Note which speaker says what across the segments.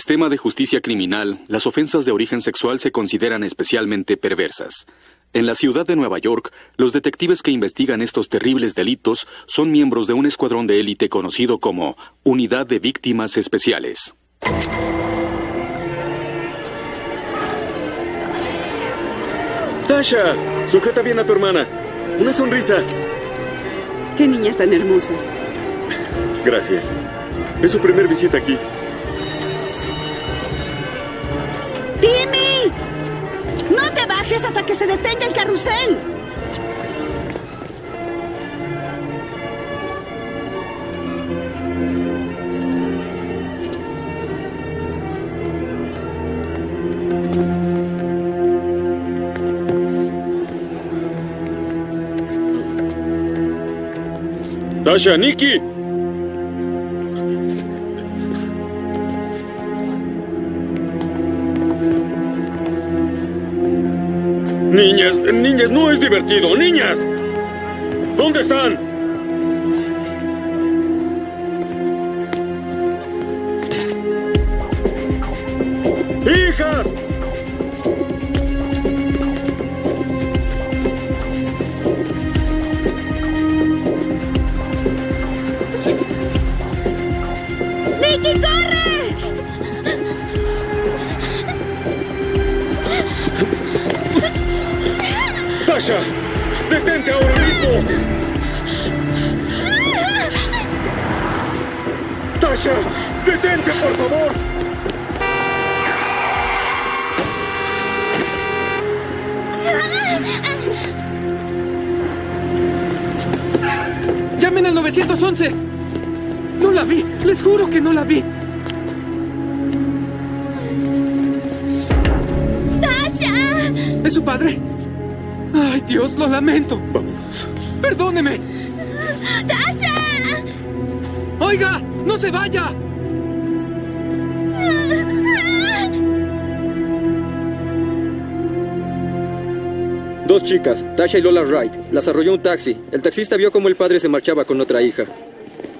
Speaker 1: sistema de justicia criminal, las ofensas de origen sexual se consideran especialmente perversas. En la ciudad de Nueva York, los detectives que investigan estos terribles delitos son miembros de un escuadrón de élite conocido como Unidad de Víctimas Especiales.
Speaker 2: Tasha, sujeta bien a tu hermana. Una sonrisa.
Speaker 3: Qué niñas tan hermosas.
Speaker 2: Gracias. Es su primer visita aquí.
Speaker 4: ¡Timmy! ¡No te bajes hasta que se detenga el carrusel!
Speaker 2: Tasha, Nikki. Niñas, niñas, no es divertido. Niñas. ¿Dónde están? Hijas.
Speaker 4: ¡Nicky, corre!
Speaker 2: Tasha. Detente ahora mismo. Tasha, detente, por favor.
Speaker 5: ¡Llamen al 911! ¡No la vi! ¡Les juro que no la vi!
Speaker 4: ¡Tasha!
Speaker 5: ¿Es su padre? ¡Ay, Dios, lo lamento! ¡Perdóneme!
Speaker 4: ¡Tasha!
Speaker 5: ¡Oiga! ¡No se vaya!
Speaker 6: Dos chicas, Tasha y Lola Wright, las arrolló un taxi. El taxista vio cómo el padre se marchaba con otra hija.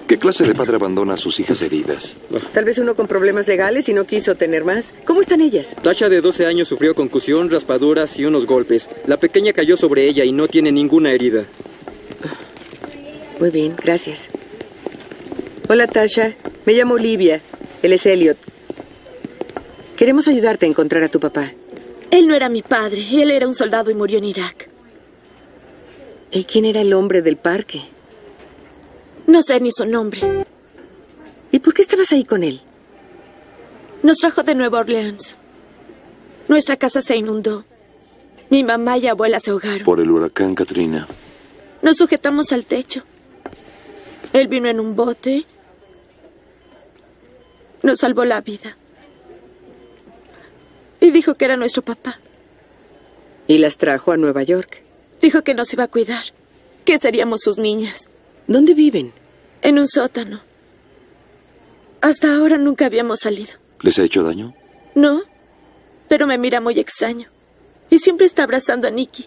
Speaker 7: ¿Qué clase de padre abandona a sus hijas heridas?
Speaker 3: Tal vez uno con problemas legales y no quiso tener más. ¿Cómo están ellas?
Speaker 6: Tasha de 12 años sufrió concusión, raspaduras y unos golpes. La pequeña cayó sobre ella y no tiene ninguna herida.
Speaker 3: Muy bien, gracias. Hola, Tasha. Me llamo Olivia. Él es Elliot. Queremos ayudarte a encontrar a tu papá.
Speaker 8: Él no era mi padre, él era un soldado y murió en Irak.
Speaker 3: ¿Y quién era el hombre del parque?
Speaker 8: No sé ni su nombre.
Speaker 3: ¿Y por qué estabas ahí con él?
Speaker 8: Nos trajo de Nueva Orleans. Nuestra casa se inundó. Mi mamá y abuela se ahogaron.
Speaker 7: Por el huracán Katrina.
Speaker 8: Nos sujetamos al techo. Él vino en un bote. Nos salvó la vida. Y dijo que era nuestro papá.
Speaker 3: Y las trajo a Nueva York.
Speaker 8: Dijo que nos iba a cuidar. Que seríamos sus niñas.
Speaker 3: ¿Dónde viven?
Speaker 8: En un sótano. Hasta ahora nunca habíamos salido.
Speaker 7: ¿Les ha hecho daño?
Speaker 8: No. Pero me mira muy extraño. Y siempre está abrazando a Nicky.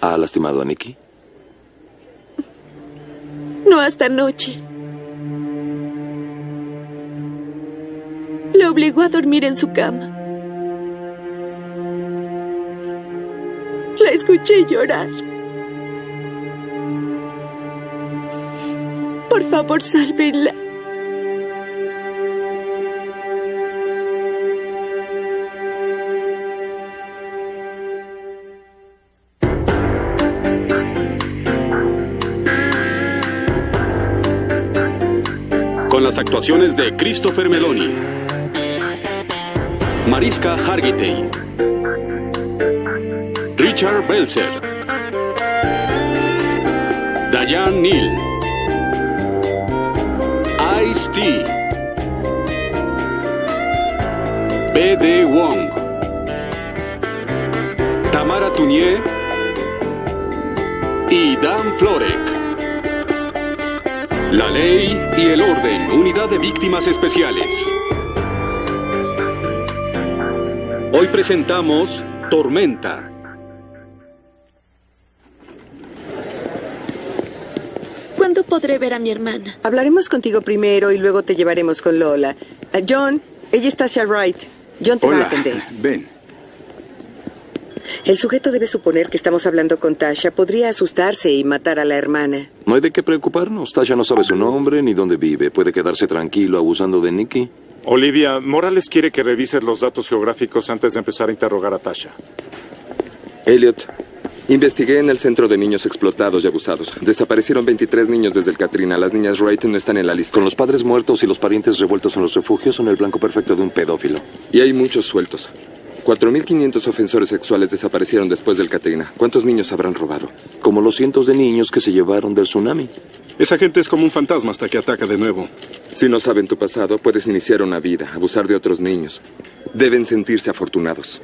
Speaker 7: ¿Ha lastimado a Nicky?
Speaker 8: No hasta anoche. Le obligó a dormir en su cama. La escuché llorar. Por favor, sálvenla.
Speaker 1: Con las actuaciones de Christopher Meloni, Mariska Hargitay, Richard Belzer, Diane Neal, Ice-T, B.D. Wong, Tamara Tunier y Dan Florek. La ley y el orden, unidad de víctimas especiales. Hoy presentamos Tormenta.
Speaker 8: ¿Cuándo podré ver a mi hermana?
Speaker 3: Hablaremos contigo primero y luego te llevaremos con Lola. Ah, John, Ella es Tasha Wright. John te va a
Speaker 9: Hola,
Speaker 3: atender.
Speaker 9: ven.
Speaker 3: El sujeto debe suponer que estamos hablando con Tasha. Podría asustarse y matar a la hermana.
Speaker 7: No hay de qué preocuparnos. Tasha no sabe su nombre ni dónde vive. Puede quedarse tranquilo abusando de Nicky.
Speaker 10: Olivia, Morales quiere que revises los datos geográficos antes de empezar a interrogar a Tasha.
Speaker 11: Elliot, investigué en el centro de niños explotados y abusados. Desaparecieron 23 niños desde el Katrina. Las niñas Wright no están en la lista.
Speaker 7: Con los padres muertos y los parientes revueltos en los refugios son el blanco perfecto de un pedófilo.
Speaker 11: Y hay muchos sueltos. 4.500 ofensores sexuales desaparecieron después del Katrina. ¿Cuántos niños habrán robado?
Speaker 7: Como los cientos de niños que se llevaron del tsunami.
Speaker 9: Esa gente es como un fantasma hasta que ataca de nuevo.
Speaker 11: Si no saben tu pasado, puedes iniciar una vida, abusar de otros niños. Deben sentirse afortunados.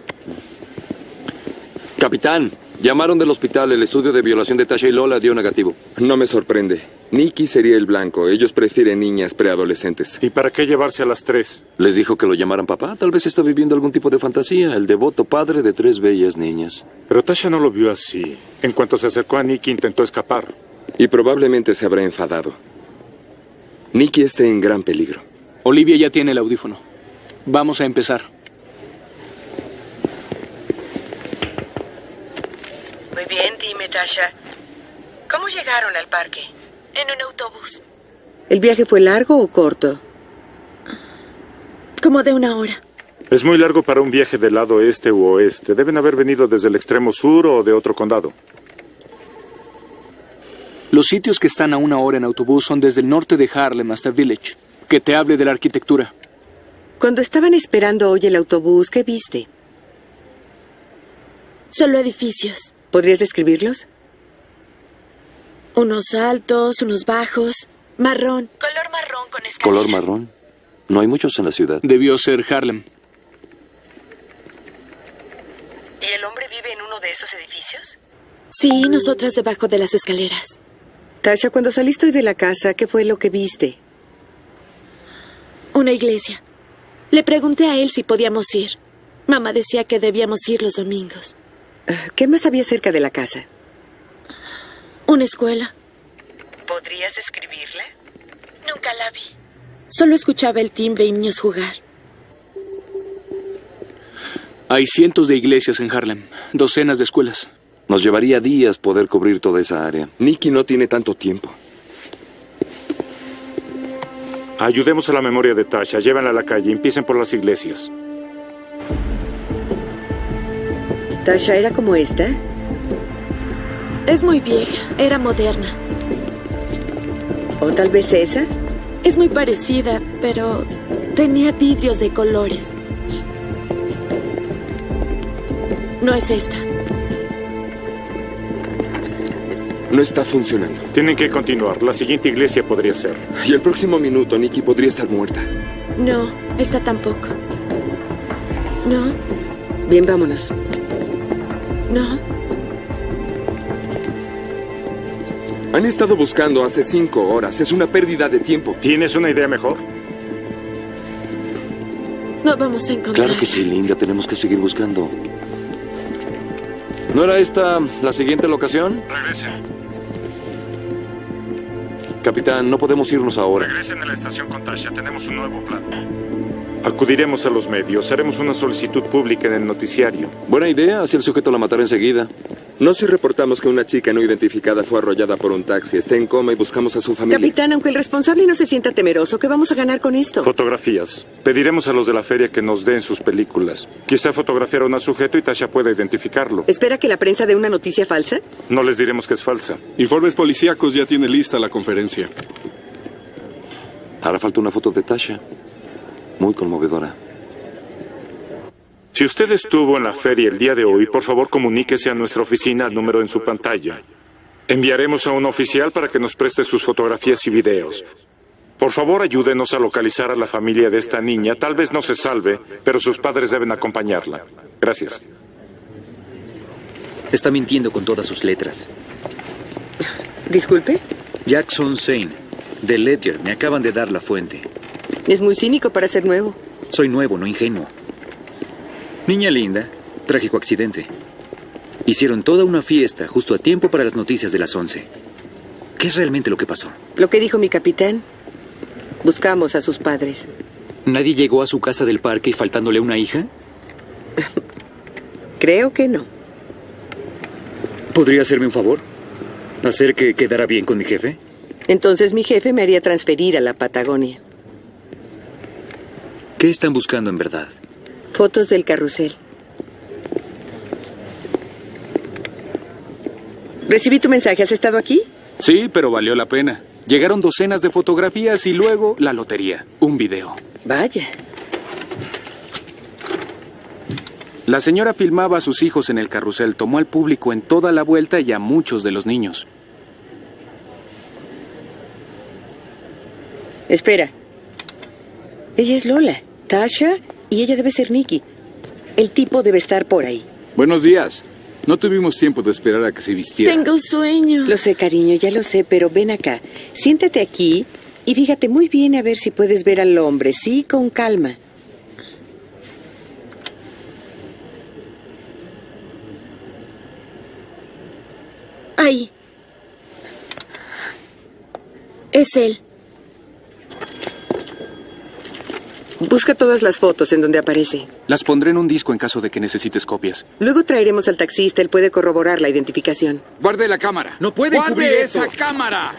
Speaker 7: Capitán, llamaron del hospital. El estudio de violación de Tasha y Lola dio negativo.
Speaker 11: No me sorprende. Nicky sería el blanco. Ellos prefieren niñas preadolescentes.
Speaker 10: ¿Y para qué llevarse a las tres?
Speaker 7: Les dijo que lo llamaran papá. Tal vez está viviendo algún tipo de fantasía. El devoto padre de tres bellas niñas.
Speaker 10: Pero Tasha no lo vio así. En cuanto se acercó a Nicky, intentó escapar.
Speaker 11: Y probablemente se habrá enfadado. Nicky esté en gran peligro.
Speaker 12: Olivia ya tiene el audífono. Vamos a empezar.
Speaker 3: Muy bien, dime, Tasha. ¿Cómo llegaron al parque?
Speaker 8: En un autobús.
Speaker 3: ¿El viaje fue largo o corto?
Speaker 8: Como de una hora.
Speaker 10: Es muy largo para un viaje del lado este u oeste. Deben haber venido desde el extremo sur o de otro condado.
Speaker 12: Los sitios que están a una hora en autobús son desde el norte de Harlem hasta Village. Que te hable de la arquitectura.
Speaker 3: Cuando estaban esperando hoy el autobús, ¿qué viste?
Speaker 8: Solo edificios.
Speaker 3: ¿Podrías describirlos?
Speaker 8: Unos altos, unos bajos. Marrón. Color marrón con escaleras.
Speaker 7: Color marrón. No hay muchos en la ciudad.
Speaker 12: Debió ser Harlem.
Speaker 3: ¿Y el hombre vive en uno de esos edificios?
Speaker 8: Sí, nosotras debajo de las escaleras.
Speaker 3: Tasha, cuando saliste hoy de la casa, ¿qué fue lo que viste?
Speaker 8: Una iglesia. Le pregunté a él si podíamos ir. Mamá decía que debíamos ir los domingos.
Speaker 3: Ah, ¿Qué más había cerca de la casa?
Speaker 8: Una escuela.
Speaker 3: ¿Podrías escribirla?
Speaker 8: Nunca la vi. Solo escuchaba el timbre y niños jugar.
Speaker 12: Hay cientos de iglesias en Harlem, docenas de escuelas.
Speaker 7: Nos llevaría días poder cubrir toda esa área.
Speaker 11: Nicky no tiene tanto tiempo.
Speaker 10: Ayudemos a la memoria de Tasha. Llévenla a la calle. Empiecen por las iglesias.
Speaker 3: ¿Tasha era como esta?
Speaker 8: Es muy vieja, era moderna.
Speaker 3: ¿O tal vez esa?
Speaker 8: Es muy parecida, pero tenía vidrios de colores. No es esta.
Speaker 11: No está funcionando.
Speaker 10: Tienen que continuar. La siguiente iglesia podría ser.
Speaker 11: Y el próximo minuto, Nikki podría estar muerta.
Speaker 8: No, esta tampoco. No,
Speaker 3: Bien, vámonos.
Speaker 8: no.
Speaker 11: Han estado buscando hace cinco horas. Es una pérdida de tiempo.
Speaker 10: ¿Tienes una idea mejor?
Speaker 8: No vamos a encontrar.
Speaker 7: Claro que sí, linda. Tenemos que seguir buscando. ¿No era esta la siguiente locación?
Speaker 10: Regresen.
Speaker 7: Capitán, no podemos irnos ahora.
Speaker 10: Regresen a la estación con Tasha. Tenemos un nuevo plan. Acudiremos a los medios. Haremos una solicitud pública en el noticiario.
Speaker 7: Buena idea, así el sujeto la matará enseguida.
Speaker 11: No si reportamos que una chica no identificada fue arrollada por un taxi, está en coma y buscamos a su familia.
Speaker 3: Capitán, aunque el responsable no se sienta temeroso, ¿qué vamos a ganar con esto?
Speaker 10: Fotografías. Pediremos a los de la feria que nos den sus películas. Quizá fotografiaron a sujeto y Tasha pueda identificarlo.
Speaker 3: ¿Espera que la prensa dé una noticia falsa?
Speaker 10: No les diremos que es falsa.
Speaker 9: Informes policíacos ya tiene lista la conferencia.
Speaker 7: Hará falta una foto de Tasha. Muy conmovedora.
Speaker 10: Si usted estuvo en la feria el día de hoy, por favor comuníquese a nuestra oficina al número en su pantalla. Enviaremos a un oficial para que nos preste sus fotografías y videos. Por favor, ayúdenos a localizar a la familia de esta niña. Tal vez no se salve, pero sus padres deben acompañarla. Gracias.
Speaker 13: Está mintiendo con todas sus letras.
Speaker 3: Disculpe,
Speaker 13: Jackson Zane, de Ledger, me acaban de dar la fuente.
Speaker 3: es muy cínico para ser nuevo.
Speaker 13: Soy nuevo, no ingenuo. Niña linda, trágico accidente. Hicieron toda una fiesta justo a tiempo para las noticias de las 11. ¿Qué es realmente lo que pasó?
Speaker 3: Lo que dijo mi capitán. Buscamos a sus padres.
Speaker 13: ¿Nadie llegó a su casa del parque faltándole una hija?
Speaker 3: Creo que no.
Speaker 13: ¿Podría hacerme un favor? ¿Hacer que quedara bien con mi jefe?
Speaker 3: Entonces mi jefe me haría transferir a la Patagonia.
Speaker 13: ¿Qué están buscando en verdad?
Speaker 3: Fotos del carrusel. Recibí tu mensaje. ¿Has estado aquí?
Speaker 12: Sí, pero valió la pena. Llegaron docenas de fotografías y luego la lotería, un video.
Speaker 3: Vaya.
Speaker 12: La señora filmaba a sus hijos en el carrusel, tomó al público en toda la vuelta y a muchos de los niños.
Speaker 3: Espera. Ella es Lola, Tasha y ella debe ser Nicky. El tipo debe estar por ahí.
Speaker 14: Buenos días. No tuvimos tiempo de esperar a que se vistiera.
Speaker 8: Tengo un sueño.
Speaker 3: Lo sé, cariño, ya lo sé, pero ven acá. Siéntate aquí y fíjate muy bien a ver si puedes ver al hombre, sí, con calma.
Speaker 8: Ahí. Es él.
Speaker 3: Busca todas las fotos en donde aparece.
Speaker 12: Las pondré en un disco en caso de que necesites copias.
Speaker 3: Luego traeremos al taxista, él puede corroborar la identificación.
Speaker 14: Guarde la cámara.
Speaker 13: No puede
Speaker 14: Guarde esa cámara.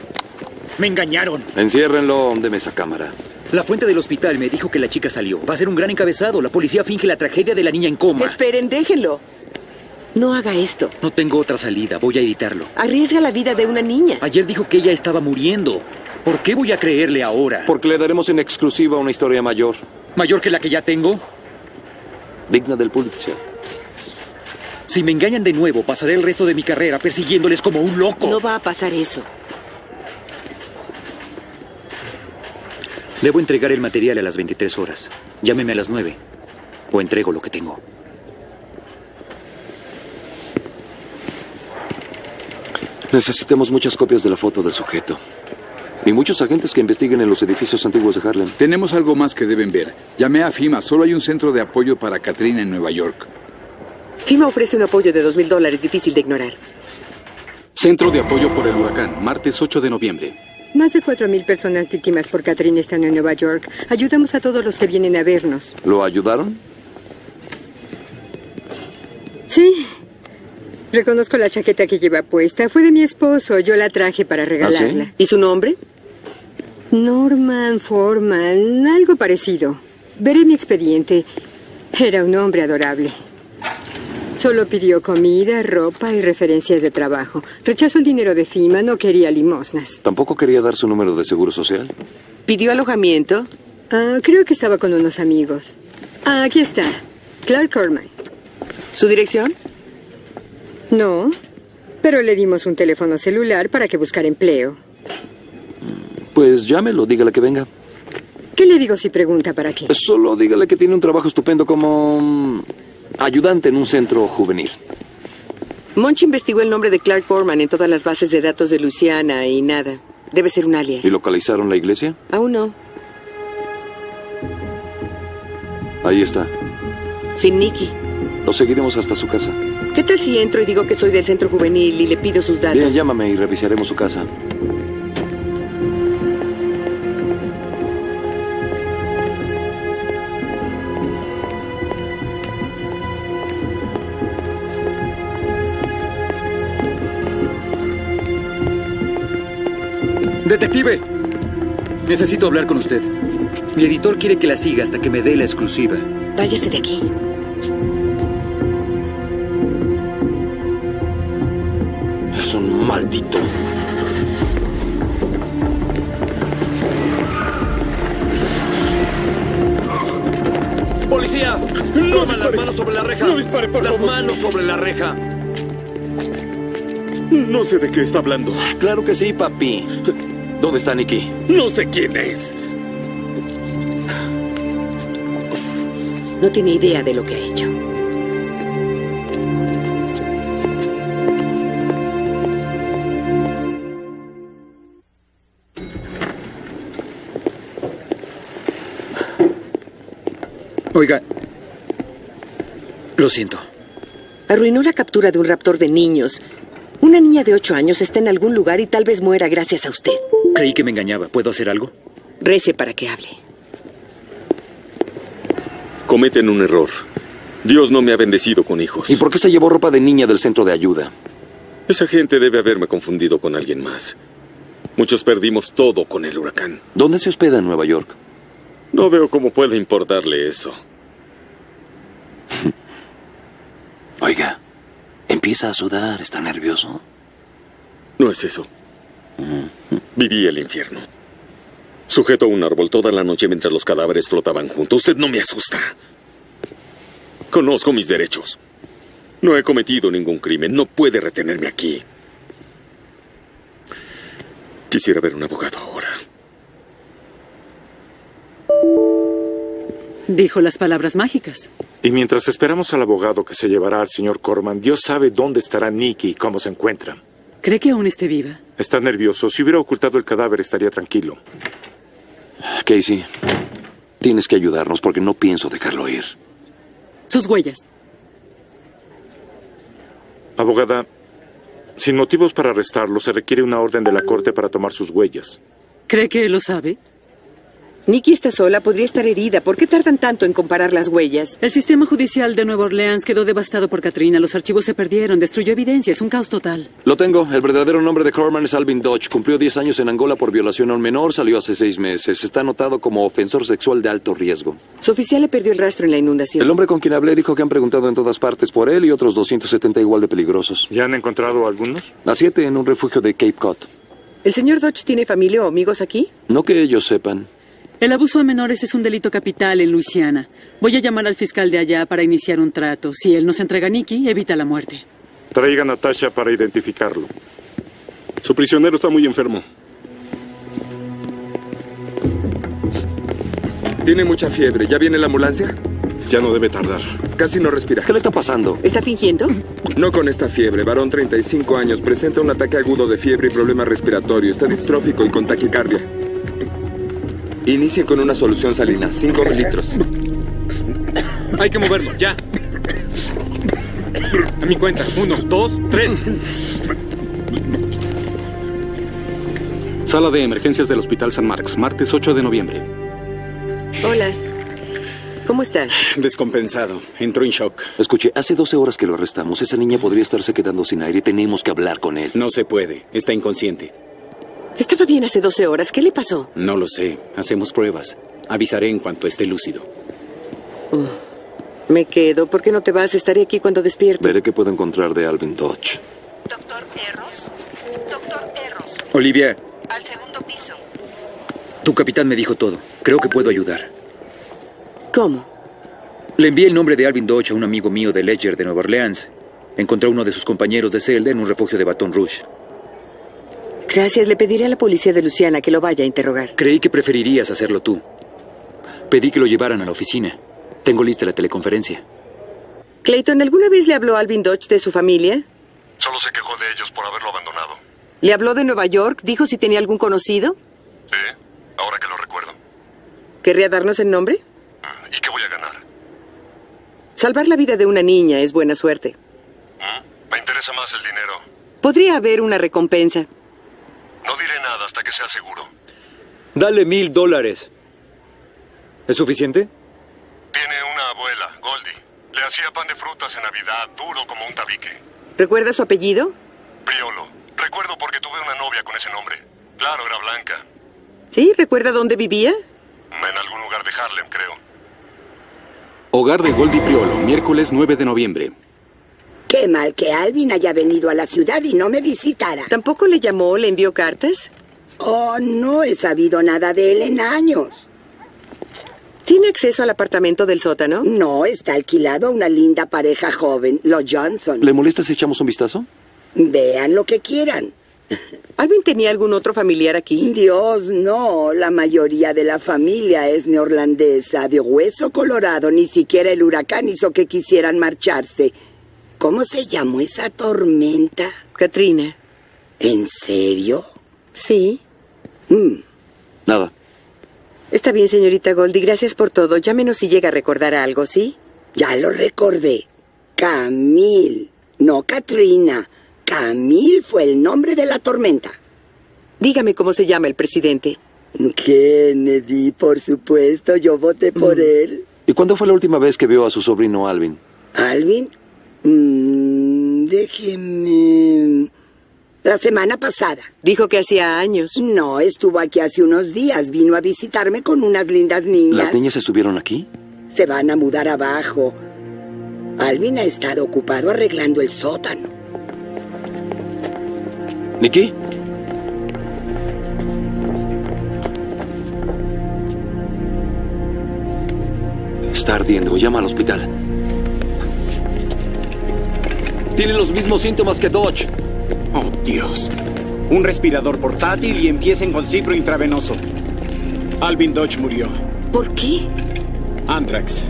Speaker 13: Me engañaron.
Speaker 7: Enciérrenlo, deme esa cámara.
Speaker 13: La fuente del hospital me dijo que la chica salió. Va a ser un gran encabezado. La policía finge la tragedia de la niña en coma.
Speaker 3: Esperen, déjenlo. No haga esto.
Speaker 13: No tengo otra salida. Voy a editarlo.
Speaker 3: Arriesga la vida de una niña.
Speaker 13: Ayer dijo que ella estaba muriendo. ¿Por qué voy a creerle ahora?
Speaker 7: Porque le daremos en exclusiva una historia mayor.
Speaker 13: ¿Mayor que la que ya tengo?
Speaker 7: Digna del Pulitzer.
Speaker 13: Si me engañan de nuevo, pasaré el resto de mi carrera persiguiéndoles como un loco.
Speaker 3: No va a pasar eso.
Speaker 13: Debo entregar el material a las 23 horas. Llámeme a las 9. O entrego lo que tengo.
Speaker 7: Necesitamos muchas copias de la foto del sujeto. Y muchos agentes que investiguen en los edificios antiguos de Harlem.
Speaker 14: Tenemos algo más que deben ver. Llamé a FIMA. Solo hay un centro de apoyo para Katrina en Nueva York.
Speaker 3: FIMA ofrece un apoyo de dos mil dólares difícil de ignorar.
Speaker 1: Centro de apoyo por el huracán, martes 8 de noviembre.
Speaker 15: Más de 4.000 personas víctimas por Katrina están en Nueva York. Ayudamos a todos los que vienen a vernos.
Speaker 7: ¿Lo ayudaron?
Speaker 15: Sí. Reconozco la chaqueta que lleva puesta. Fue de mi esposo. Yo la traje para regalarla.
Speaker 3: ¿Ah, sí? ¿Y su nombre?
Speaker 15: Norman Forman, algo parecido. Veré mi expediente. Era un hombre adorable. Solo pidió comida, ropa y referencias de trabajo. Rechazó el dinero de FIMA, no quería limosnas.
Speaker 7: ¿Tampoco quería dar su número de seguro social?
Speaker 3: ¿Pidió alojamiento?
Speaker 15: Ah, creo que estaba con unos amigos. Ah, aquí está. Clark Corman.
Speaker 3: ¿Su dirección?
Speaker 15: No, pero le dimos un teléfono celular para que buscara empleo.
Speaker 7: Pues llámelo, dígale que venga. Pues
Speaker 15: ¿Qué le digo si pregunta para qué?
Speaker 7: Solo dígale que tiene un trabajo estupendo como mm, ayudante en un centro juvenil.
Speaker 3: Monch investigó el nombre de Clark Corman en todas las bases de datos de Luciana y nada. Debe ser un alias.
Speaker 7: ¿Y localizaron la iglesia?
Speaker 3: Aún no.
Speaker 7: Ahí está.
Speaker 3: Sin Nicky.
Speaker 7: Lo seguiremos hasta su casa.
Speaker 3: ¿Qué tal si entro y digo que soy del centro juvenil y le pido sus datos?
Speaker 7: Bien, llámame y revisaremos su casa.
Speaker 13: Detective, necesito hablar con usted. Mi editor quiere que la siga hasta que me dé la exclusiva.
Speaker 3: Váyase de aquí.
Speaker 7: Es un maldito. ¡Policía!
Speaker 2: No
Speaker 7: Toma las
Speaker 2: dispare.
Speaker 7: manos sobre la reja.
Speaker 2: No dispare, por
Speaker 7: las
Speaker 2: favor.
Speaker 7: manos sobre la reja.
Speaker 2: No sé de qué está hablando.
Speaker 7: Claro que sí, papi. ¿Dónde está Nicky?
Speaker 2: No sé quién es.
Speaker 3: No tiene idea de lo que ha hecho.
Speaker 13: Oiga, lo siento.
Speaker 3: Arruinó la captura de un raptor de niños. Una niña de ocho años está en algún lugar y tal vez muera gracias a usted.
Speaker 13: Creí que me engañaba. ¿Puedo hacer algo?
Speaker 3: Rece para que hable.
Speaker 2: cometen un error. Dios no me ha bendecido con hijos.
Speaker 7: ¿Y por qué se llevó ropa de niña del centro de ayuda?
Speaker 2: Esa gente debe haberme confundido con alguien más. Muchos perdimos todo con el huracán.
Speaker 7: ¿Dónde se hospeda en Nueva York?
Speaker 2: No veo cómo puede importarle eso.
Speaker 7: Oiga, empieza a sudar, está nervioso.
Speaker 2: No es eso. Viví el infierno. Sujeto a un árbol toda la noche mientras los cadáveres flotaban juntos. Usted no me asusta. Conozco mis derechos. No he cometido ningún crimen. No puede retenerme aquí. Quisiera ver un abogado ahora.
Speaker 16: Dijo las palabras mágicas.
Speaker 10: Y mientras esperamos al abogado que se llevará al señor Corman, Dios sabe dónde estará Nicky y cómo se encuentra.
Speaker 16: ¿Cree que aún esté viva?
Speaker 10: Está nervioso. Si hubiera ocultado el cadáver, estaría tranquilo.
Speaker 7: Casey, tienes que ayudarnos porque no pienso dejarlo ir.
Speaker 16: Sus huellas.
Speaker 10: Abogada, sin motivos para arrestarlo, se requiere una orden de la corte para tomar sus huellas.
Speaker 16: ¿Cree que lo sabe?
Speaker 3: Nikki está sola, podría estar herida. ¿Por qué tardan tanto en comparar las huellas?
Speaker 16: El sistema judicial de Nueva Orleans quedó devastado por Katrina. Los archivos se perdieron, destruyó evidencia, es un caos total.
Speaker 7: Lo tengo. El verdadero nombre de Corman es Alvin Dodge. Cumplió 10 años en Angola por violación a un menor, salió hace seis meses. Está anotado como ofensor sexual de alto riesgo.
Speaker 3: Su oficial le perdió el rastro en la inundación.
Speaker 7: El hombre con quien hablé dijo que han preguntado en todas partes por él y otros 270 igual de peligrosos.
Speaker 10: ¿Ya han encontrado algunos?
Speaker 7: A siete en un refugio de Cape Cod.
Speaker 3: ¿El señor Dodge tiene familia o amigos aquí?
Speaker 7: No que ellos sepan.
Speaker 16: El abuso a menores es un delito capital en Luisiana. Voy a llamar al fiscal de allá para iniciar un trato. Si él nos entrega a Nicky, evita la muerte.
Speaker 10: Traiga a Natasha para identificarlo.
Speaker 9: Su prisionero está muy enfermo.
Speaker 11: Tiene mucha fiebre. ¿Ya viene la ambulancia?
Speaker 9: Ya no debe tardar.
Speaker 11: Casi no respira.
Speaker 7: ¿Qué le está pasando?
Speaker 3: ¿Está fingiendo?
Speaker 11: No con esta fiebre. Varón 35 años. Presenta un ataque agudo de fiebre y problema respiratorio. Está distrófico y con taquicardia. Inicie con una solución salina, 5 litros.
Speaker 5: Hay que moverlo, ya. A mi cuenta, uno, dos, tres.
Speaker 1: Sala de emergencias del Hospital San Marcos, martes 8 de noviembre.
Speaker 3: Hola. ¿Cómo está?
Speaker 9: Descompensado. Entró en shock.
Speaker 7: Escuche, hace 12 horas que lo arrestamos. Esa niña podría estarse quedando sin aire. Tenemos que hablar con él.
Speaker 9: No se puede. Está inconsciente.
Speaker 3: Estaba bien hace 12 horas. ¿Qué le pasó?
Speaker 9: No lo sé. Hacemos pruebas. Avisaré en cuanto esté lúcido.
Speaker 3: Uh, me quedo. ¿Por qué no te vas? Estaré aquí cuando despierte.
Speaker 7: Veré qué puedo encontrar de Alvin Dodge.
Speaker 17: Doctor Erros. Doctor Erros.
Speaker 13: Olivia.
Speaker 17: Al segundo piso.
Speaker 13: Tu capitán me dijo todo. Creo que puedo ayudar.
Speaker 3: ¿Cómo?
Speaker 13: Le envié el nombre de Alvin Dodge a un amigo mío de Ledger de Nueva Orleans. Encontró a uno de sus compañeros de celda en un refugio de Baton Rouge.
Speaker 3: Gracias, le pediré a la policía de Luciana que lo vaya a interrogar.
Speaker 13: Creí que preferirías hacerlo tú. Pedí que lo llevaran a la oficina. Tengo lista la teleconferencia.
Speaker 3: Clayton, ¿alguna vez le habló Alvin Dodge de su familia?
Speaker 18: Solo se quejó de ellos por haberlo abandonado.
Speaker 3: ¿Le habló de Nueva York? ¿Dijo si tenía algún conocido?
Speaker 18: Sí, ahora que lo recuerdo.
Speaker 3: ¿Querría darnos el nombre?
Speaker 18: ¿Y qué voy a ganar?
Speaker 3: Salvar la vida de una niña es buena suerte.
Speaker 18: ¿Mm? Me interesa más el dinero.
Speaker 3: Podría haber una recompensa.
Speaker 18: No diré nada hasta que sea seguro.
Speaker 6: Dale mil dólares. ¿Es suficiente?
Speaker 18: Tiene una abuela, Goldie. Le hacía pan de frutas en Navidad, duro como un tabique.
Speaker 3: ¿Recuerda su apellido?
Speaker 18: Priolo. Recuerdo porque tuve una novia con ese nombre. Claro, era blanca.
Speaker 3: ¿Sí? ¿Recuerda dónde vivía?
Speaker 18: En algún lugar de Harlem, creo.
Speaker 1: Hogar de Goldie Priolo, miércoles 9 de noviembre.
Speaker 19: Qué mal que Alvin haya venido a la ciudad y no me visitara.
Speaker 3: ¿Tampoco le llamó le envió cartas?
Speaker 19: Oh, no he sabido nada de él en años.
Speaker 3: ¿Tiene acceso al apartamento del sótano?
Speaker 19: No, está alquilado a una linda pareja joven, los Johnson.
Speaker 7: ¿Le molesta si echamos un vistazo?
Speaker 19: Vean lo que quieran.
Speaker 3: ¿Alvin tenía algún otro familiar aquí?
Speaker 19: Dios, no. La mayoría de la familia es neorlandesa, de hueso colorado. Ni siquiera el huracán hizo que quisieran marcharse. ¿Cómo se llamó esa tormenta?
Speaker 3: Katrina.
Speaker 19: ¿En serio?
Speaker 3: Sí.
Speaker 19: Mm.
Speaker 7: Nada.
Speaker 3: Está bien, señorita Goldie. Gracias por todo. Llámenos si llega a recordar algo, ¿sí?
Speaker 19: Ya lo recordé. Camil. No Katrina. Camil fue el nombre de la tormenta.
Speaker 3: Dígame cómo se llama el presidente.
Speaker 19: Kennedy, por supuesto. Yo voté por mm. él.
Speaker 7: ¿Y cuándo fue la última vez que vio a su sobrino Alvin?
Speaker 19: ¿Alvin? Mm, déjeme. La semana pasada.
Speaker 3: Dijo que hacía años.
Speaker 19: No, estuvo aquí hace unos días. Vino a visitarme con unas lindas niñas.
Speaker 7: ¿Las niñas estuvieron aquí?
Speaker 19: Se van a mudar abajo. Alvin ha estado ocupado arreglando el sótano.
Speaker 7: ¿Nikki? Está ardiendo. Llama al hospital. Tiene los mismos síntomas que Dodge.
Speaker 20: Oh, Dios. Un respirador portátil y empiecen con cipro intravenoso. Alvin Dodge murió.
Speaker 19: ¿Por qué?
Speaker 20: Anthrax.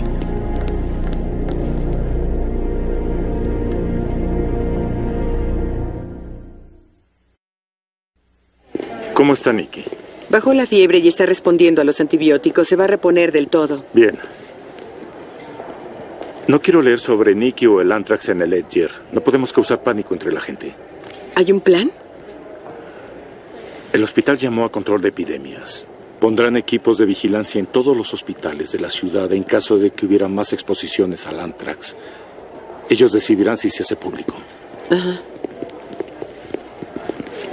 Speaker 10: ¿Cómo está Nicky?
Speaker 3: Bajó la fiebre y está respondiendo a los antibióticos. Se va a reponer del todo.
Speaker 10: Bien. No quiero leer sobre Nicky o el Anthrax en el Edger. No podemos causar pánico entre la gente.
Speaker 3: ¿Hay un plan?
Speaker 10: El hospital llamó a control de epidemias. Pondrán equipos de vigilancia en todos los hospitales de la ciudad en caso de que hubiera más exposiciones al anthrax. Ellos decidirán si se hace público.
Speaker 3: Ajá.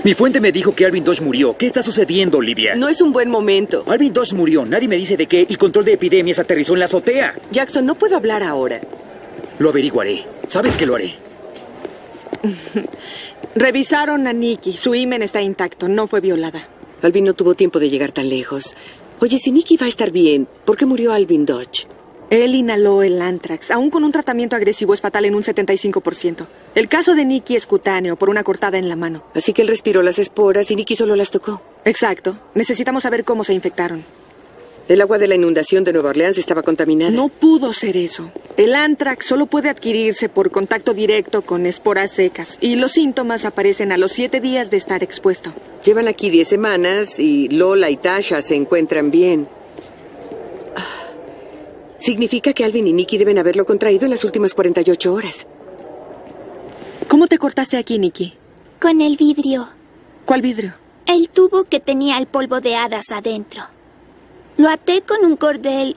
Speaker 13: Mi fuente me dijo que Alvin Dodge murió. ¿Qué está sucediendo, Olivia?
Speaker 3: No es un buen momento.
Speaker 13: Alvin Dodge murió. Nadie me dice de qué y control de epidemias aterrizó en la azotea.
Speaker 3: Jackson, no puedo hablar ahora.
Speaker 13: Lo averiguaré. Sabes que lo haré.
Speaker 21: Revisaron a Nikki. Su himen está intacto. No fue violada.
Speaker 3: Alvin no tuvo tiempo de llegar tan lejos. Oye, si Nikki va a estar bien, ¿por qué murió Alvin Dodge?
Speaker 21: Él inhaló el antrax. Aún con un tratamiento agresivo es fatal en un 75%. El caso de Nicky es cutáneo por una cortada en la mano.
Speaker 3: Así que él respiró las esporas y Nicky solo las tocó.
Speaker 21: Exacto. Necesitamos saber cómo se infectaron.
Speaker 3: El agua de la inundación de Nueva Orleans estaba contaminada.
Speaker 21: No pudo ser eso. El antrax solo puede adquirirse por contacto directo con esporas secas y los síntomas aparecen a los siete días de estar expuesto.
Speaker 3: Llevan aquí diez semanas y Lola y Tasha se encuentran bien. Significa que Alvin y Nicky deben haberlo contraído en las últimas 48 horas.
Speaker 21: ¿Cómo te cortaste aquí, Nicky?
Speaker 22: Con el vidrio.
Speaker 21: ¿Cuál vidrio?
Speaker 22: El tubo que tenía el polvo de hadas adentro. Lo até con un cordel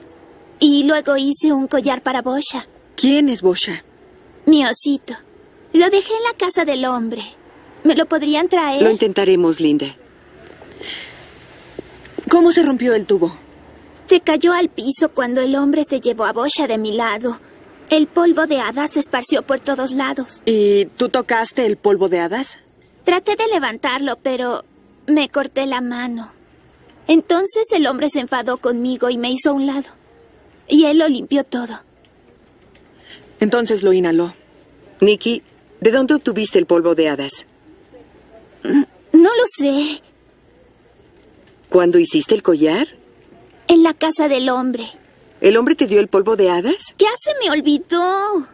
Speaker 22: y luego hice un collar para Bosha.
Speaker 21: ¿Quién es Bosha?
Speaker 22: Mi osito. Lo dejé en la casa del hombre. ¿Me lo podrían traer?
Speaker 3: Lo intentaremos, Linda.
Speaker 21: ¿Cómo se rompió el tubo?
Speaker 22: Se cayó al piso cuando el hombre se llevó a Bosha de mi lado. El polvo de hadas se esparció por todos lados.
Speaker 21: ¿Y tú tocaste el polvo de hadas?
Speaker 22: Traté de levantarlo, pero me corté la mano. Entonces el hombre se enfadó conmigo y me hizo a un lado. Y él lo limpió todo.
Speaker 21: Entonces lo inhaló.
Speaker 3: Nicky, ¿de dónde obtuviste el polvo de hadas?
Speaker 22: No lo sé.
Speaker 3: ¿Cuándo hiciste el collar?
Speaker 22: En la casa del hombre.
Speaker 3: ¿El hombre te dio el polvo de hadas?
Speaker 22: Ya se me olvidó.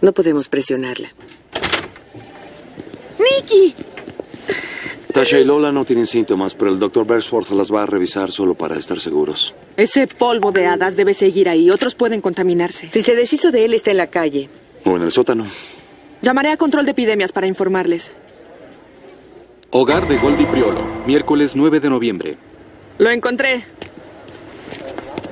Speaker 3: No podemos presionarla.
Speaker 21: ¡Nicky!
Speaker 7: Tasha y Lola no tienen síntomas, pero el doctor Bersworth las va a revisar solo para estar seguros.
Speaker 21: Ese polvo de hadas debe seguir ahí. Otros pueden contaminarse.
Speaker 3: Si se deshizo de él, está en la calle.
Speaker 7: O en el sótano.
Speaker 21: Llamaré a control de epidemias para informarles.
Speaker 1: Hogar de Goldie Priolo, miércoles 9 de noviembre.
Speaker 21: Lo encontré.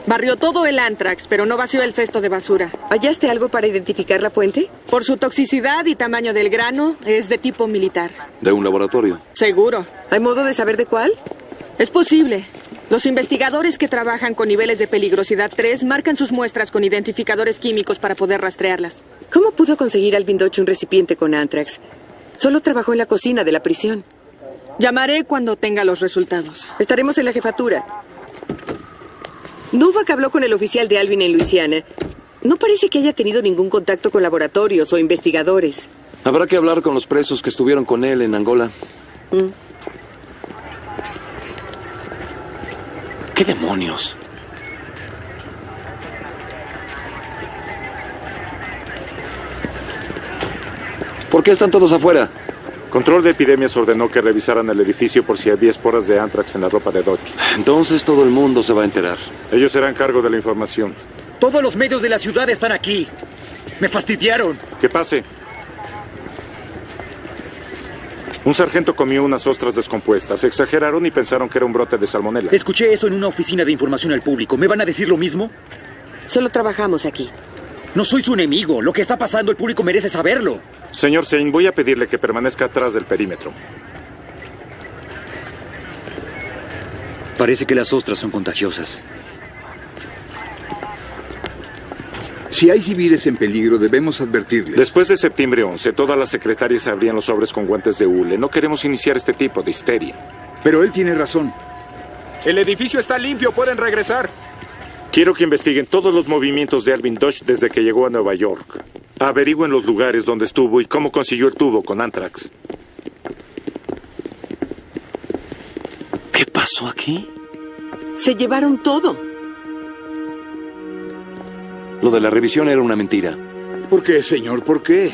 Speaker 21: Barrió todo el antrax, pero no vació el cesto de basura.
Speaker 3: ¿Hallaste algo para identificar la fuente?
Speaker 21: Por su toxicidad y tamaño del grano, es de tipo militar.
Speaker 7: ¿De un laboratorio?
Speaker 21: Seguro.
Speaker 3: ¿Hay modo de saber de cuál?
Speaker 21: Es posible. Los investigadores que trabajan con niveles de peligrosidad 3 marcan sus muestras con identificadores químicos para poder rastrearlas.
Speaker 3: ¿Cómo pudo conseguir al Vindoche un recipiente con antrax? Solo trabajó en la cocina de la prisión.
Speaker 21: Llamaré cuando tenga los resultados.
Speaker 3: Estaremos en la jefatura. Novak habló con el oficial de Alvin en Luisiana. No parece que haya tenido ningún contacto con laboratorios o investigadores.
Speaker 7: Habrá que hablar con los presos que estuvieron con él en Angola. Mm. ¿Qué demonios? ¿Por qué están todos afuera?
Speaker 10: Control de epidemias ordenó que revisaran el edificio por si había esporas de antrax en la ropa de Dodge.
Speaker 7: Entonces todo el mundo se va a enterar.
Speaker 10: Ellos serán cargo de la información.
Speaker 13: Todos los medios de la ciudad están aquí. Me fastidiaron.
Speaker 10: Que pase. Un sargento comió unas ostras descompuestas. Exageraron y pensaron que era un brote de salmonela.
Speaker 13: Escuché eso en una oficina de información al público. ¿Me van a decir lo mismo?
Speaker 3: Solo trabajamos aquí.
Speaker 13: No soy su enemigo. Lo que está pasando, el público merece saberlo.
Speaker 10: Señor Sein, voy a pedirle que permanezca atrás del perímetro.
Speaker 13: Parece que las ostras son contagiosas.
Speaker 14: Si hay civiles en peligro, debemos advertirles.
Speaker 10: Después de septiembre 11, todas las secretarias abrían los sobres con guantes de hule. No queremos iniciar este tipo de histeria.
Speaker 14: Pero él tiene razón.
Speaker 4: El edificio está limpio, pueden regresar.
Speaker 10: Quiero que investiguen todos los movimientos de Alvin Dodge desde que llegó a Nueva York. Averigüen los lugares donde estuvo y cómo consiguió el tubo con Antrax.
Speaker 13: ¿Qué pasó aquí?
Speaker 3: Se llevaron todo.
Speaker 7: Lo de la revisión era una mentira.
Speaker 14: ¿Por qué, señor? ¿Por qué?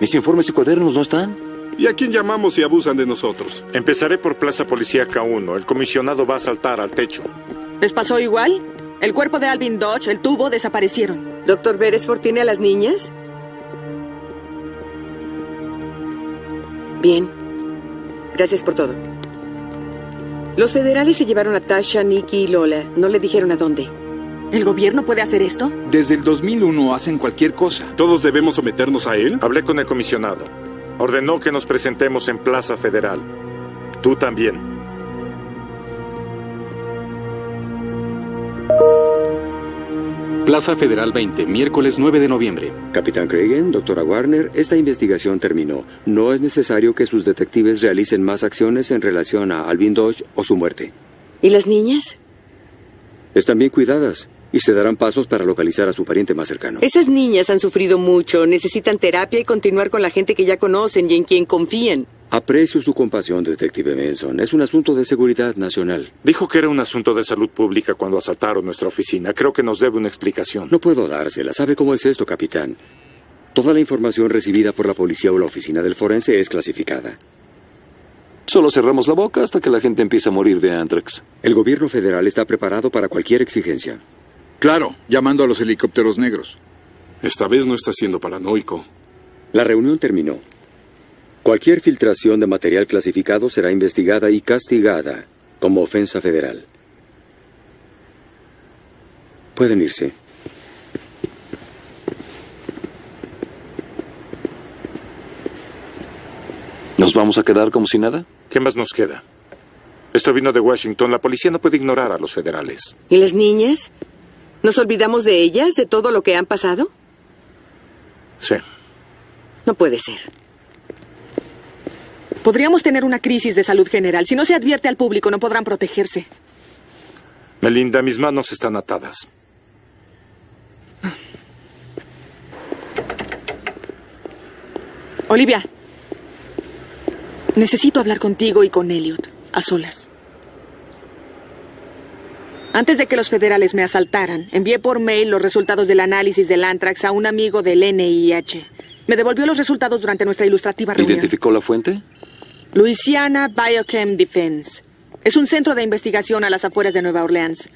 Speaker 7: ¿Mis informes y cuadernos no están?
Speaker 18: ¿Y a quién llamamos si abusan de nosotros?
Speaker 10: Empezaré por Plaza Policíaca 1. El comisionado va a saltar al techo.
Speaker 21: ¿Les pasó igual? El cuerpo de Alvin Dodge, el tubo, desaparecieron.
Speaker 3: ¿Doctor Beresford tiene a las niñas? Bien. Gracias por todo. Los federales se llevaron a Tasha, Nicky y Lola. No le dijeron a dónde.
Speaker 21: ¿El gobierno puede hacer esto?
Speaker 14: Desde el 2001 hacen cualquier cosa.
Speaker 18: ¿Todos debemos someternos a él?
Speaker 10: Hablé con el comisionado. Ordenó que nos presentemos en Plaza Federal. Tú también.
Speaker 1: Plaza Federal 20, miércoles 9 de noviembre.
Speaker 9: Capitán Cragen, doctora Warner, esta investigación terminó. No es necesario que sus detectives realicen más acciones en relación a Alvin Dodge o su muerte.
Speaker 3: ¿Y las niñas?
Speaker 9: Están bien cuidadas y se darán pasos para localizar a su pariente más cercano.
Speaker 3: Esas niñas han sufrido mucho, necesitan terapia y continuar con la gente que ya conocen y en quien confían.
Speaker 9: Aprecio su compasión, detective Benson. Es un asunto de seguridad nacional.
Speaker 10: Dijo que era un asunto de salud pública cuando asaltaron nuestra oficina. Creo que nos debe una explicación.
Speaker 9: No puedo dársela. ¿Sabe cómo es esto, capitán? Toda la información recibida por la policía o la oficina del forense es clasificada.
Speaker 7: Solo cerramos la boca hasta que la gente empiece a morir de anthrax.
Speaker 9: El gobierno federal está preparado para cualquier exigencia.
Speaker 14: Claro, llamando a los helicópteros negros.
Speaker 18: Esta vez no está siendo paranoico.
Speaker 9: La reunión terminó. Cualquier filtración de material clasificado será investigada y castigada como ofensa federal. Pueden irse.
Speaker 7: ¿Nos vamos a quedar como si nada?
Speaker 10: ¿Qué más nos queda? Esto vino de Washington. La policía no puede ignorar a los federales.
Speaker 3: ¿Y las niñas? ¿Nos olvidamos de ellas, de todo lo que han pasado?
Speaker 10: Sí.
Speaker 3: No puede ser.
Speaker 21: Podríamos tener una crisis de salud general. Si no se advierte al público, no podrán protegerse.
Speaker 10: Melinda, mis manos están atadas.
Speaker 21: Olivia, necesito hablar contigo y con Elliot, a solas. Antes de que los federales me asaltaran, envié por mail los resultados del análisis del anthrax a un amigo del NIH. Me devolvió los resultados durante nuestra ilustrativa reunión.
Speaker 7: ¿Identificó la fuente?
Speaker 21: Louisiana Biochem Defense. Es un centro de investigación a las afueras de Nueva Orleans.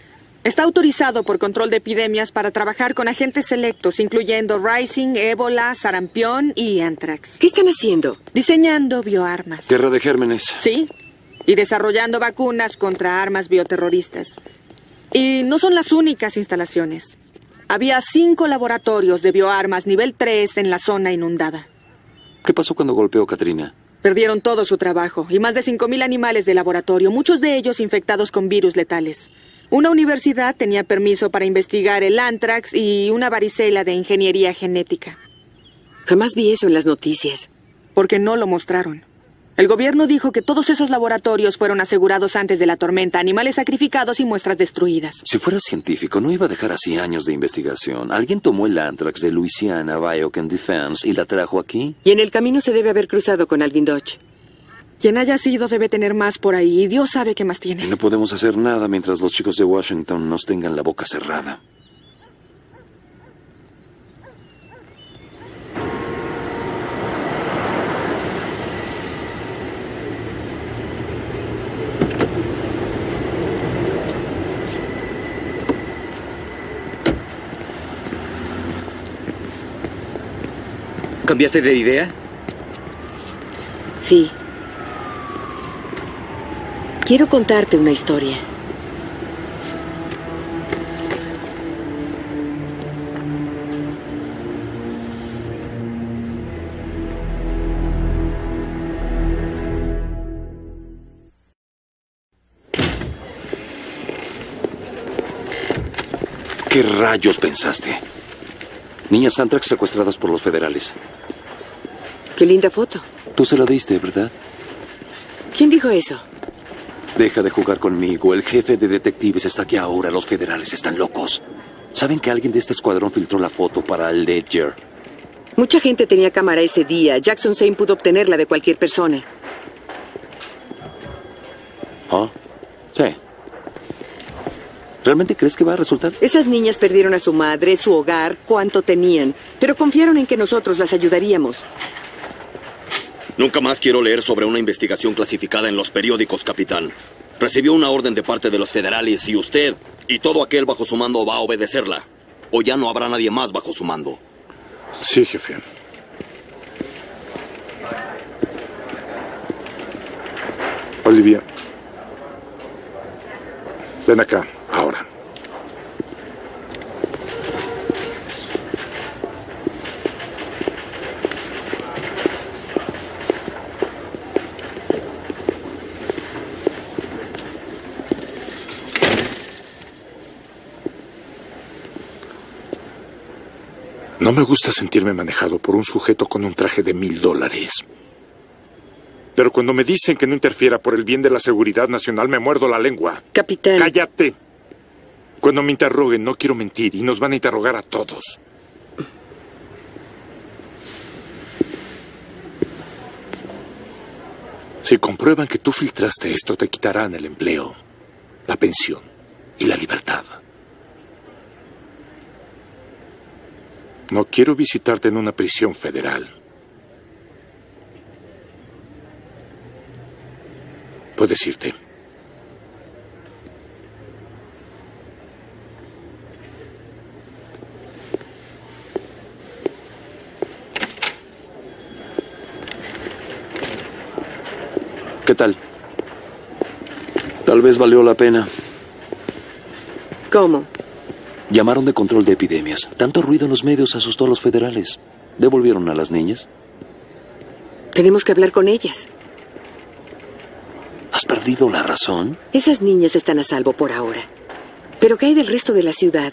Speaker 21: Está autorizado por control de epidemias para trabajar con agentes selectos, incluyendo Rising, ébola, sarampión y anthrax.
Speaker 3: ¿Qué están haciendo?
Speaker 21: Diseñando bioarmas.
Speaker 7: Guerra de gérmenes.
Speaker 21: Sí. Y desarrollando vacunas contra armas bioterroristas. Y no son las únicas instalaciones. Había cinco laboratorios de bioarmas nivel 3 en la zona inundada.
Speaker 7: ¿Qué pasó cuando golpeó Katrina?
Speaker 21: Perdieron todo su trabajo y más de 5.000 animales de laboratorio, muchos de ellos infectados con virus letales. Una universidad tenía permiso para investigar el anthrax y una varicela de ingeniería genética.
Speaker 3: Jamás vi eso en las noticias.
Speaker 21: Porque no lo mostraron. El gobierno dijo que todos esos laboratorios fueron asegurados antes de la tormenta, animales sacrificados y muestras destruidas.
Speaker 7: Si fuera científico, no iba a dejar así años de investigación. Alguien tomó el anthrax de Louisiana Biochem Defense y la trajo aquí.
Speaker 3: Y en el camino se debe haber cruzado con Alvin Dodge.
Speaker 21: Quien haya sido debe tener más por ahí y Dios sabe qué más tiene.
Speaker 7: Y no podemos hacer nada mientras los chicos de Washington nos tengan la boca cerrada.
Speaker 13: ¿Cambiaste de idea?
Speaker 3: Sí. Quiero contarte una historia.
Speaker 7: ¿Qué rayos pensaste? Niñas Antrax secuestradas por los federales.
Speaker 3: Qué linda foto.
Speaker 7: Tú se la diste, ¿verdad?
Speaker 3: ¿Quién dijo eso?
Speaker 7: Deja de jugar conmigo. El jefe de detectives está aquí ahora. Los federales están locos. Saben que alguien de este escuadrón filtró la foto para el Ledger.
Speaker 3: Mucha gente tenía cámara ese día. Jackson Zane pudo obtenerla de cualquier persona.
Speaker 7: ¿Ah? Sí. ¿Realmente crees que va a resultar?
Speaker 3: Esas niñas perdieron a su madre, su hogar, cuánto tenían, pero confiaron en que nosotros las ayudaríamos.
Speaker 8: Nunca más quiero leer sobre una investigación clasificada en los periódicos, capitán. Recibió una orden de parte de los federales y usted y todo aquel bajo su mando va a obedecerla. O ya no habrá nadie más bajo su mando.
Speaker 10: Sí, jefe. Olivia. Ven acá, ahora. No me gusta sentirme manejado por un sujeto con un traje de mil dólares. Pero cuando me dicen que no interfiera por el bien de la seguridad nacional, me muerdo la lengua.
Speaker 3: Capitán.
Speaker 10: ¡Cállate! Cuando me interroguen, no quiero mentir y nos van a interrogar a todos. Si comprueban que tú filtraste esto, te quitarán el empleo, la pensión y la libertad. No quiero visitarte en una prisión federal. Puedes irte.
Speaker 7: ¿Qué tal? Tal vez valió la pena.
Speaker 3: ¿Cómo?
Speaker 7: Llamaron de control de epidemias. Tanto ruido en los medios asustó a los federales. ¿Devolvieron a las niñas?
Speaker 3: Tenemos que hablar con ellas.
Speaker 7: ¿Has perdido la razón?
Speaker 3: Esas niñas están a salvo por ahora. Pero ¿qué hay del resto de la ciudad?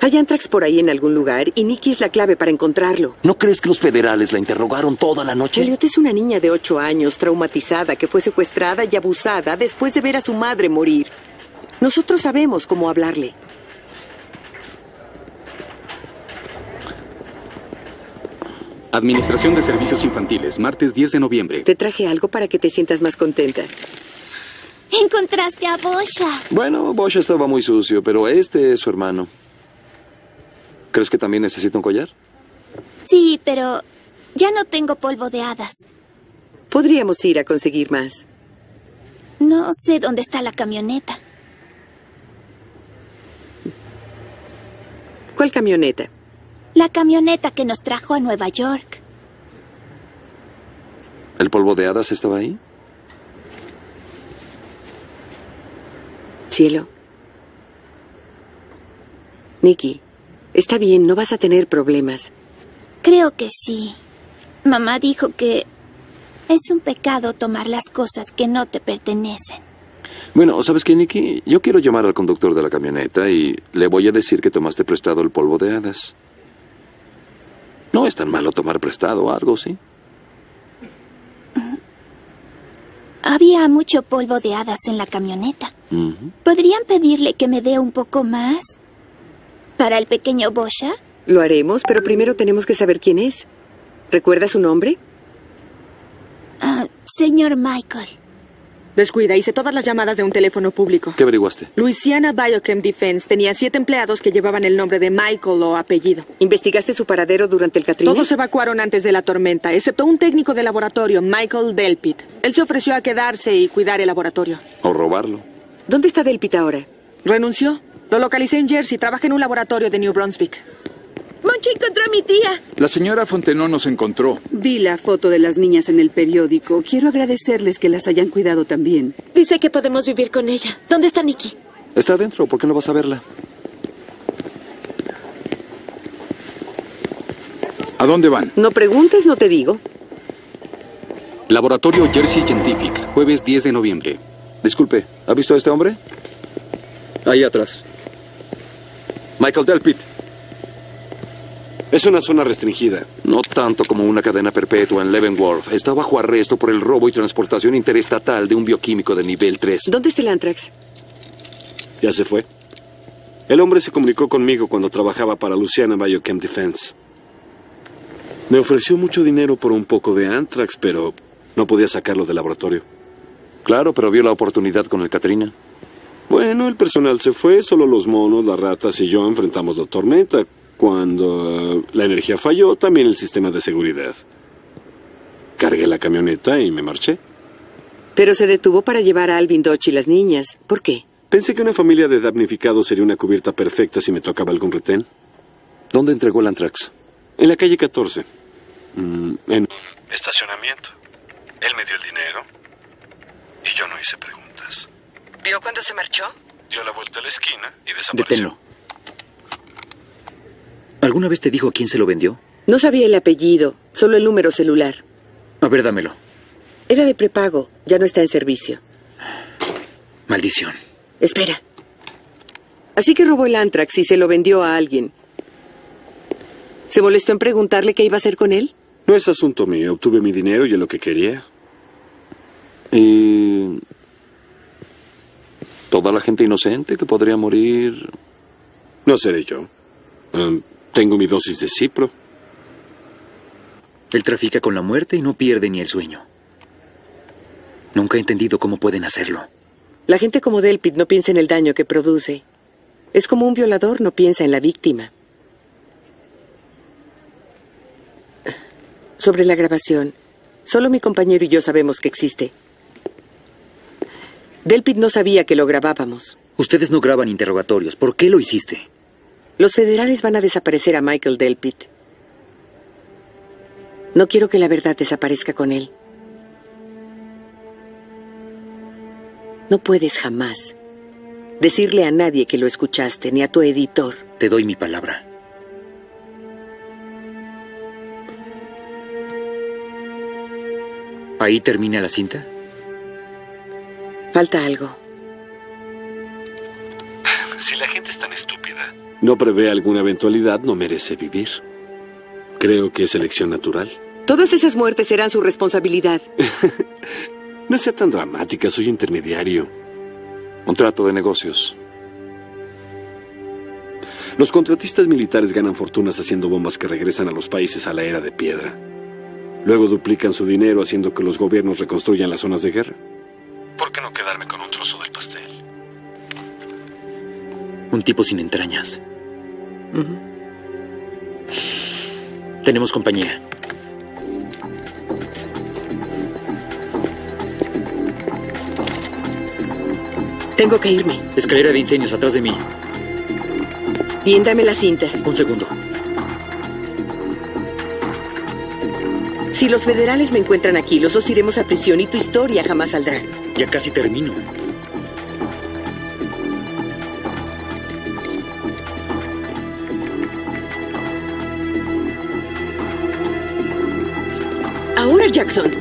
Speaker 3: Hay Antrax por ahí en algún lugar y Nikki es la clave para encontrarlo.
Speaker 7: ¿No crees que los federales la interrogaron toda la noche?
Speaker 3: Elliot es una niña de ocho años, traumatizada, que fue secuestrada y abusada después de ver a su madre morir. Nosotros sabemos cómo hablarle.
Speaker 1: Administración de Servicios Infantiles, martes 10 de noviembre.
Speaker 3: Te traje algo para que te sientas más contenta.
Speaker 22: Encontraste a Bosha.
Speaker 7: Bueno, Bosha estaba muy sucio, pero este es su hermano. ¿Crees que también necesita un collar?
Speaker 22: Sí, pero ya no tengo polvo de hadas.
Speaker 3: Podríamos ir a conseguir más.
Speaker 22: No sé dónde está la camioneta.
Speaker 3: ¿Cuál camioneta?
Speaker 22: La camioneta que nos trajo a Nueva York.
Speaker 7: ¿El polvo de hadas estaba ahí?
Speaker 3: Cielo. Nicky, está bien, no vas a tener problemas.
Speaker 22: Creo que sí. Mamá dijo que es un pecado tomar las cosas que no te pertenecen.
Speaker 7: Bueno, ¿sabes qué, Nicky? Yo quiero llamar al conductor de la camioneta y le voy a decir que tomaste prestado el polvo de hadas. No es tan malo tomar prestado algo, ¿sí?
Speaker 22: Había mucho polvo de hadas en la camioneta.
Speaker 7: Uh -huh.
Speaker 22: ¿Podrían pedirle que me dé un poco más? ¿Para el pequeño Bosha?
Speaker 3: Lo haremos, pero primero tenemos que saber quién es. ¿Recuerda su nombre?
Speaker 22: Ah, señor Michael.
Speaker 21: Descuida, hice todas las llamadas de un teléfono público.
Speaker 7: ¿Qué averiguaste?
Speaker 21: Louisiana Biochem Defense tenía siete empleados que llevaban el nombre de Michael o apellido.
Speaker 3: ¿Investigaste su paradero durante el Katrina?
Speaker 21: Todos evacuaron antes de la tormenta, excepto un técnico de laboratorio, Michael Delpit. Él se ofreció a quedarse y cuidar el laboratorio.
Speaker 7: O robarlo.
Speaker 3: ¿Dónde está Delpit ahora?
Speaker 21: Renunció. Lo localicé en Jersey. Trabaja en un laboratorio de New Brunswick.
Speaker 12: Monchi encontró a mi tía.
Speaker 14: La señora Fontenot nos encontró.
Speaker 15: Vi la foto de las niñas en el periódico. Quiero agradecerles que las hayan cuidado también.
Speaker 12: Dice que podemos vivir con ella. ¿Dónde está Nikki?
Speaker 7: Está adentro, ¿por qué no vas a verla?
Speaker 14: ¿A dónde van?
Speaker 3: No preguntes, no te digo.
Speaker 1: Laboratorio Jersey Scientific, jueves 10 de noviembre.
Speaker 7: Disculpe, ¿ha visto a este hombre?
Speaker 6: Ahí atrás.
Speaker 7: Michael Delpit.
Speaker 23: Es una zona restringida.
Speaker 7: No tanto como una cadena perpetua en Leavenworth. Está bajo arresto por el robo y transportación interestatal de un bioquímico de nivel 3.
Speaker 3: ¿Dónde está el Antrax?
Speaker 23: Ya se fue. El hombre se comunicó conmigo cuando trabajaba para Luciana Biochem Defense. Me ofreció mucho dinero por un poco de Antrax, pero no podía sacarlo del laboratorio.
Speaker 7: Claro, pero vio la oportunidad con el Katrina.
Speaker 23: Bueno, el personal se fue, solo los monos, las ratas y yo enfrentamos la tormenta. Cuando uh, la energía falló, también el sistema de seguridad. Cargué la camioneta y me marché.
Speaker 3: Pero se detuvo para llevar a Alvin Dodge y las niñas. ¿Por qué?
Speaker 23: Pensé que una familia de damnificados sería una cubierta perfecta si me tocaba algún retén.
Speaker 7: ¿Dónde entregó el Antrax?
Speaker 23: En la calle 14. Mm, en estacionamiento. Él me dio el dinero y yo no hice preguntas.
Speaker 17: ¿Vio cuando se marchó?
Speaker 23: Dio la vuelta a la esquina y desapareció.
Speaker 13: Deténlo. ¿Alguna vez te dijo a quién se lo vendió?
Speaker 3: No sabía el apellido, solo el número celular.
Speaker 13: A ver, dámelo.
Speaker 3: Era de prepago, ya no está en servicio.
Speaker 13: Maldición.
Speaker 3: Espera. Así que robó el Antrax y se lo vendió a alguien. ¿Se molestó en preguntarle qué iba a hacer con él?
Speaker 23: No es asunto mío. Obtuve mi dinero y es lo que quería.
Speaker 7: Y... Toda la gente inocente que podría morir...
Speaker 23: No seré yo. Um, tengo mi dosis de cipro.
Speaker 13: Él trafica con la muerte y no pierde ni el sueño. Nunca he entendido cómo pueden hacerlo.
Speaker 3: La gente como Delpit no piensa en el daño que produce. Es como un violador no piensa en la víctima. Sobre la grabación, solo mi compañero y yo sabemos que existe. Delpit no sabía que lo grabábamos.
Speaker 13: Ustedes no graban interrogatorios. ¿Por qué lo hiciste?
Speaker 3: Los federales van a desaparecer a Michael Delpit. No quiero que la verdad desaparezca con él. No puedes jamás decirle a nadie que lo escuchaste, ni a tu editor.
Speaker 13: Te doy mi palabra. ¿Ahí termina la cinta?
Speaker 3: Falta algo.
Speaker 23: Si la gente es tan estúpida, no prevé alguna eventualidad, no merece vivir. Creo que es elección natural.
Speaker 3: Todas esas muertes serán su responsabilidad.
Speaker 23: no sea tan dramática, soy intermediario.
Speaker 7: Un trato de negocios.
Speaker 23: Los contratistas militares ganan fortunas haciendo bombas que regresan a los países a la era de piedra. Luego duplican su dinero haciendo que los gobiernos reconstruyan las zonas de guerra. ¿Por qué no quedarme con un trozo del pastel?
Speaker 13: Un tipo sin entrañas. Uh -huh. Tenemos compañía.
Speaker 3: Tengo que irme.
Speaker 13: Escalera de incendios atrás de mí.
Speaker 3: Bien, dame la cinta.
Speaker 13: Un segundo.
Speaker 3: Si los federales me encuentran aquí, los dos iremos a prisión y tu historia jamás saldrá.
Speaker 13: Ya casi termino.
Speaker 3: Ahora, Jackson.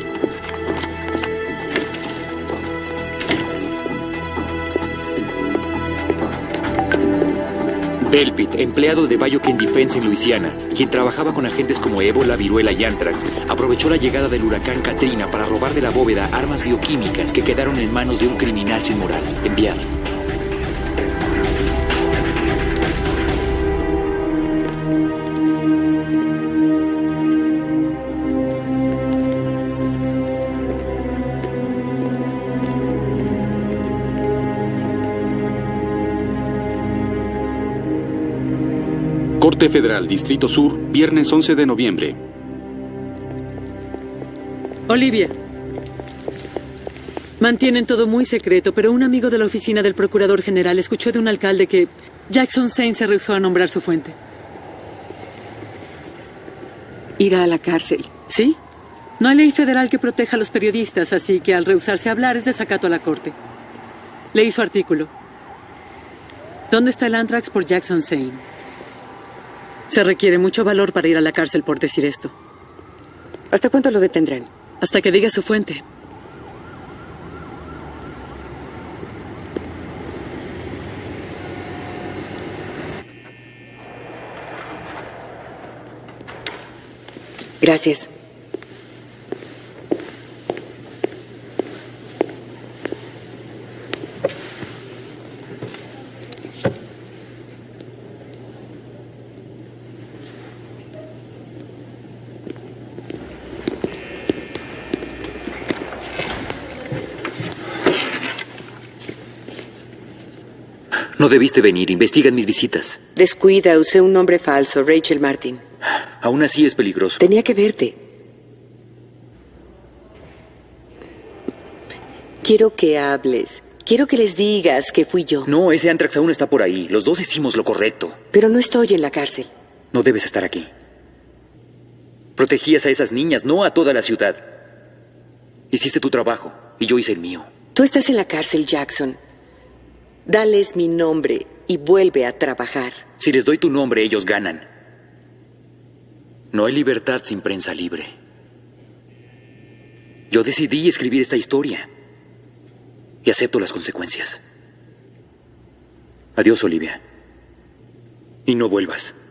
Speaker 13: Delpit, empleado de Bioken Defense en Luisiana, quien trabajaba con agentes como ébola, viruela y antrax, aprovechó la llegada del huracán Katrina para robar de la bóveda armas bioquímicas que quedaron en manos de un criminal sin moral. Enviar.
Speaker 1: Corte Federal, Distrito Sur, viernes 11 de noviembre.
Speaker 16: Olivia. Mantienen todo muy secreto, pero un amigo de la oficina del Procurador General escuchó de un alcalde que Jackson Sainz se rehusó a nombrar su fuente.
Speaker 3: irá a la cárcel.
Speaker 16: ¿Sí? No hay ley federal que proteja a los periodistas, así que al rehusarse a hablar es desacato a la corte. Leí su artículo. ¿Dónde está el Antrax por Jackson Sane? Se requiere mucho valor para ir a la cárcel por decir esto.
Speaker 3: ¿Hasta cuánto lo detendrán?
Speaker 16: Hasta que diga su fuente.
Speaker 3: Gracias.
Speaker 13: No debiste venir, investigan mis visitas.
Speaker 3: Descuida, usé un nombre falso, Rachel Martin.
Speaker 13: Aún así es peligroso.
Speaker 3: Tenía que verte. Quiero que hables. Quiero que les digas que fui yo.
Speaker 13: No, ese Antrax aún está por ahí. Los dos hicimos lo correcto.
Speaker 3: Pero no estoy en la cárcel.
Speaker 13: No debes estar aquí. Protegías a esas niñas, no a toda la ciudad. Hiciste tu trabajo y yo hice el mío.
Speaker 3: Tú estás en la cárcel, Jackson. Dales mi nombre y vuelve a trabajar.
Speaker 13: Si les doy tu nombre, ellos ganan. No hay libertad sin prensa libre. Yo decidí escribir esta historia y acepto las consecuencias. Adiós, Olivia. Y no vuelvas.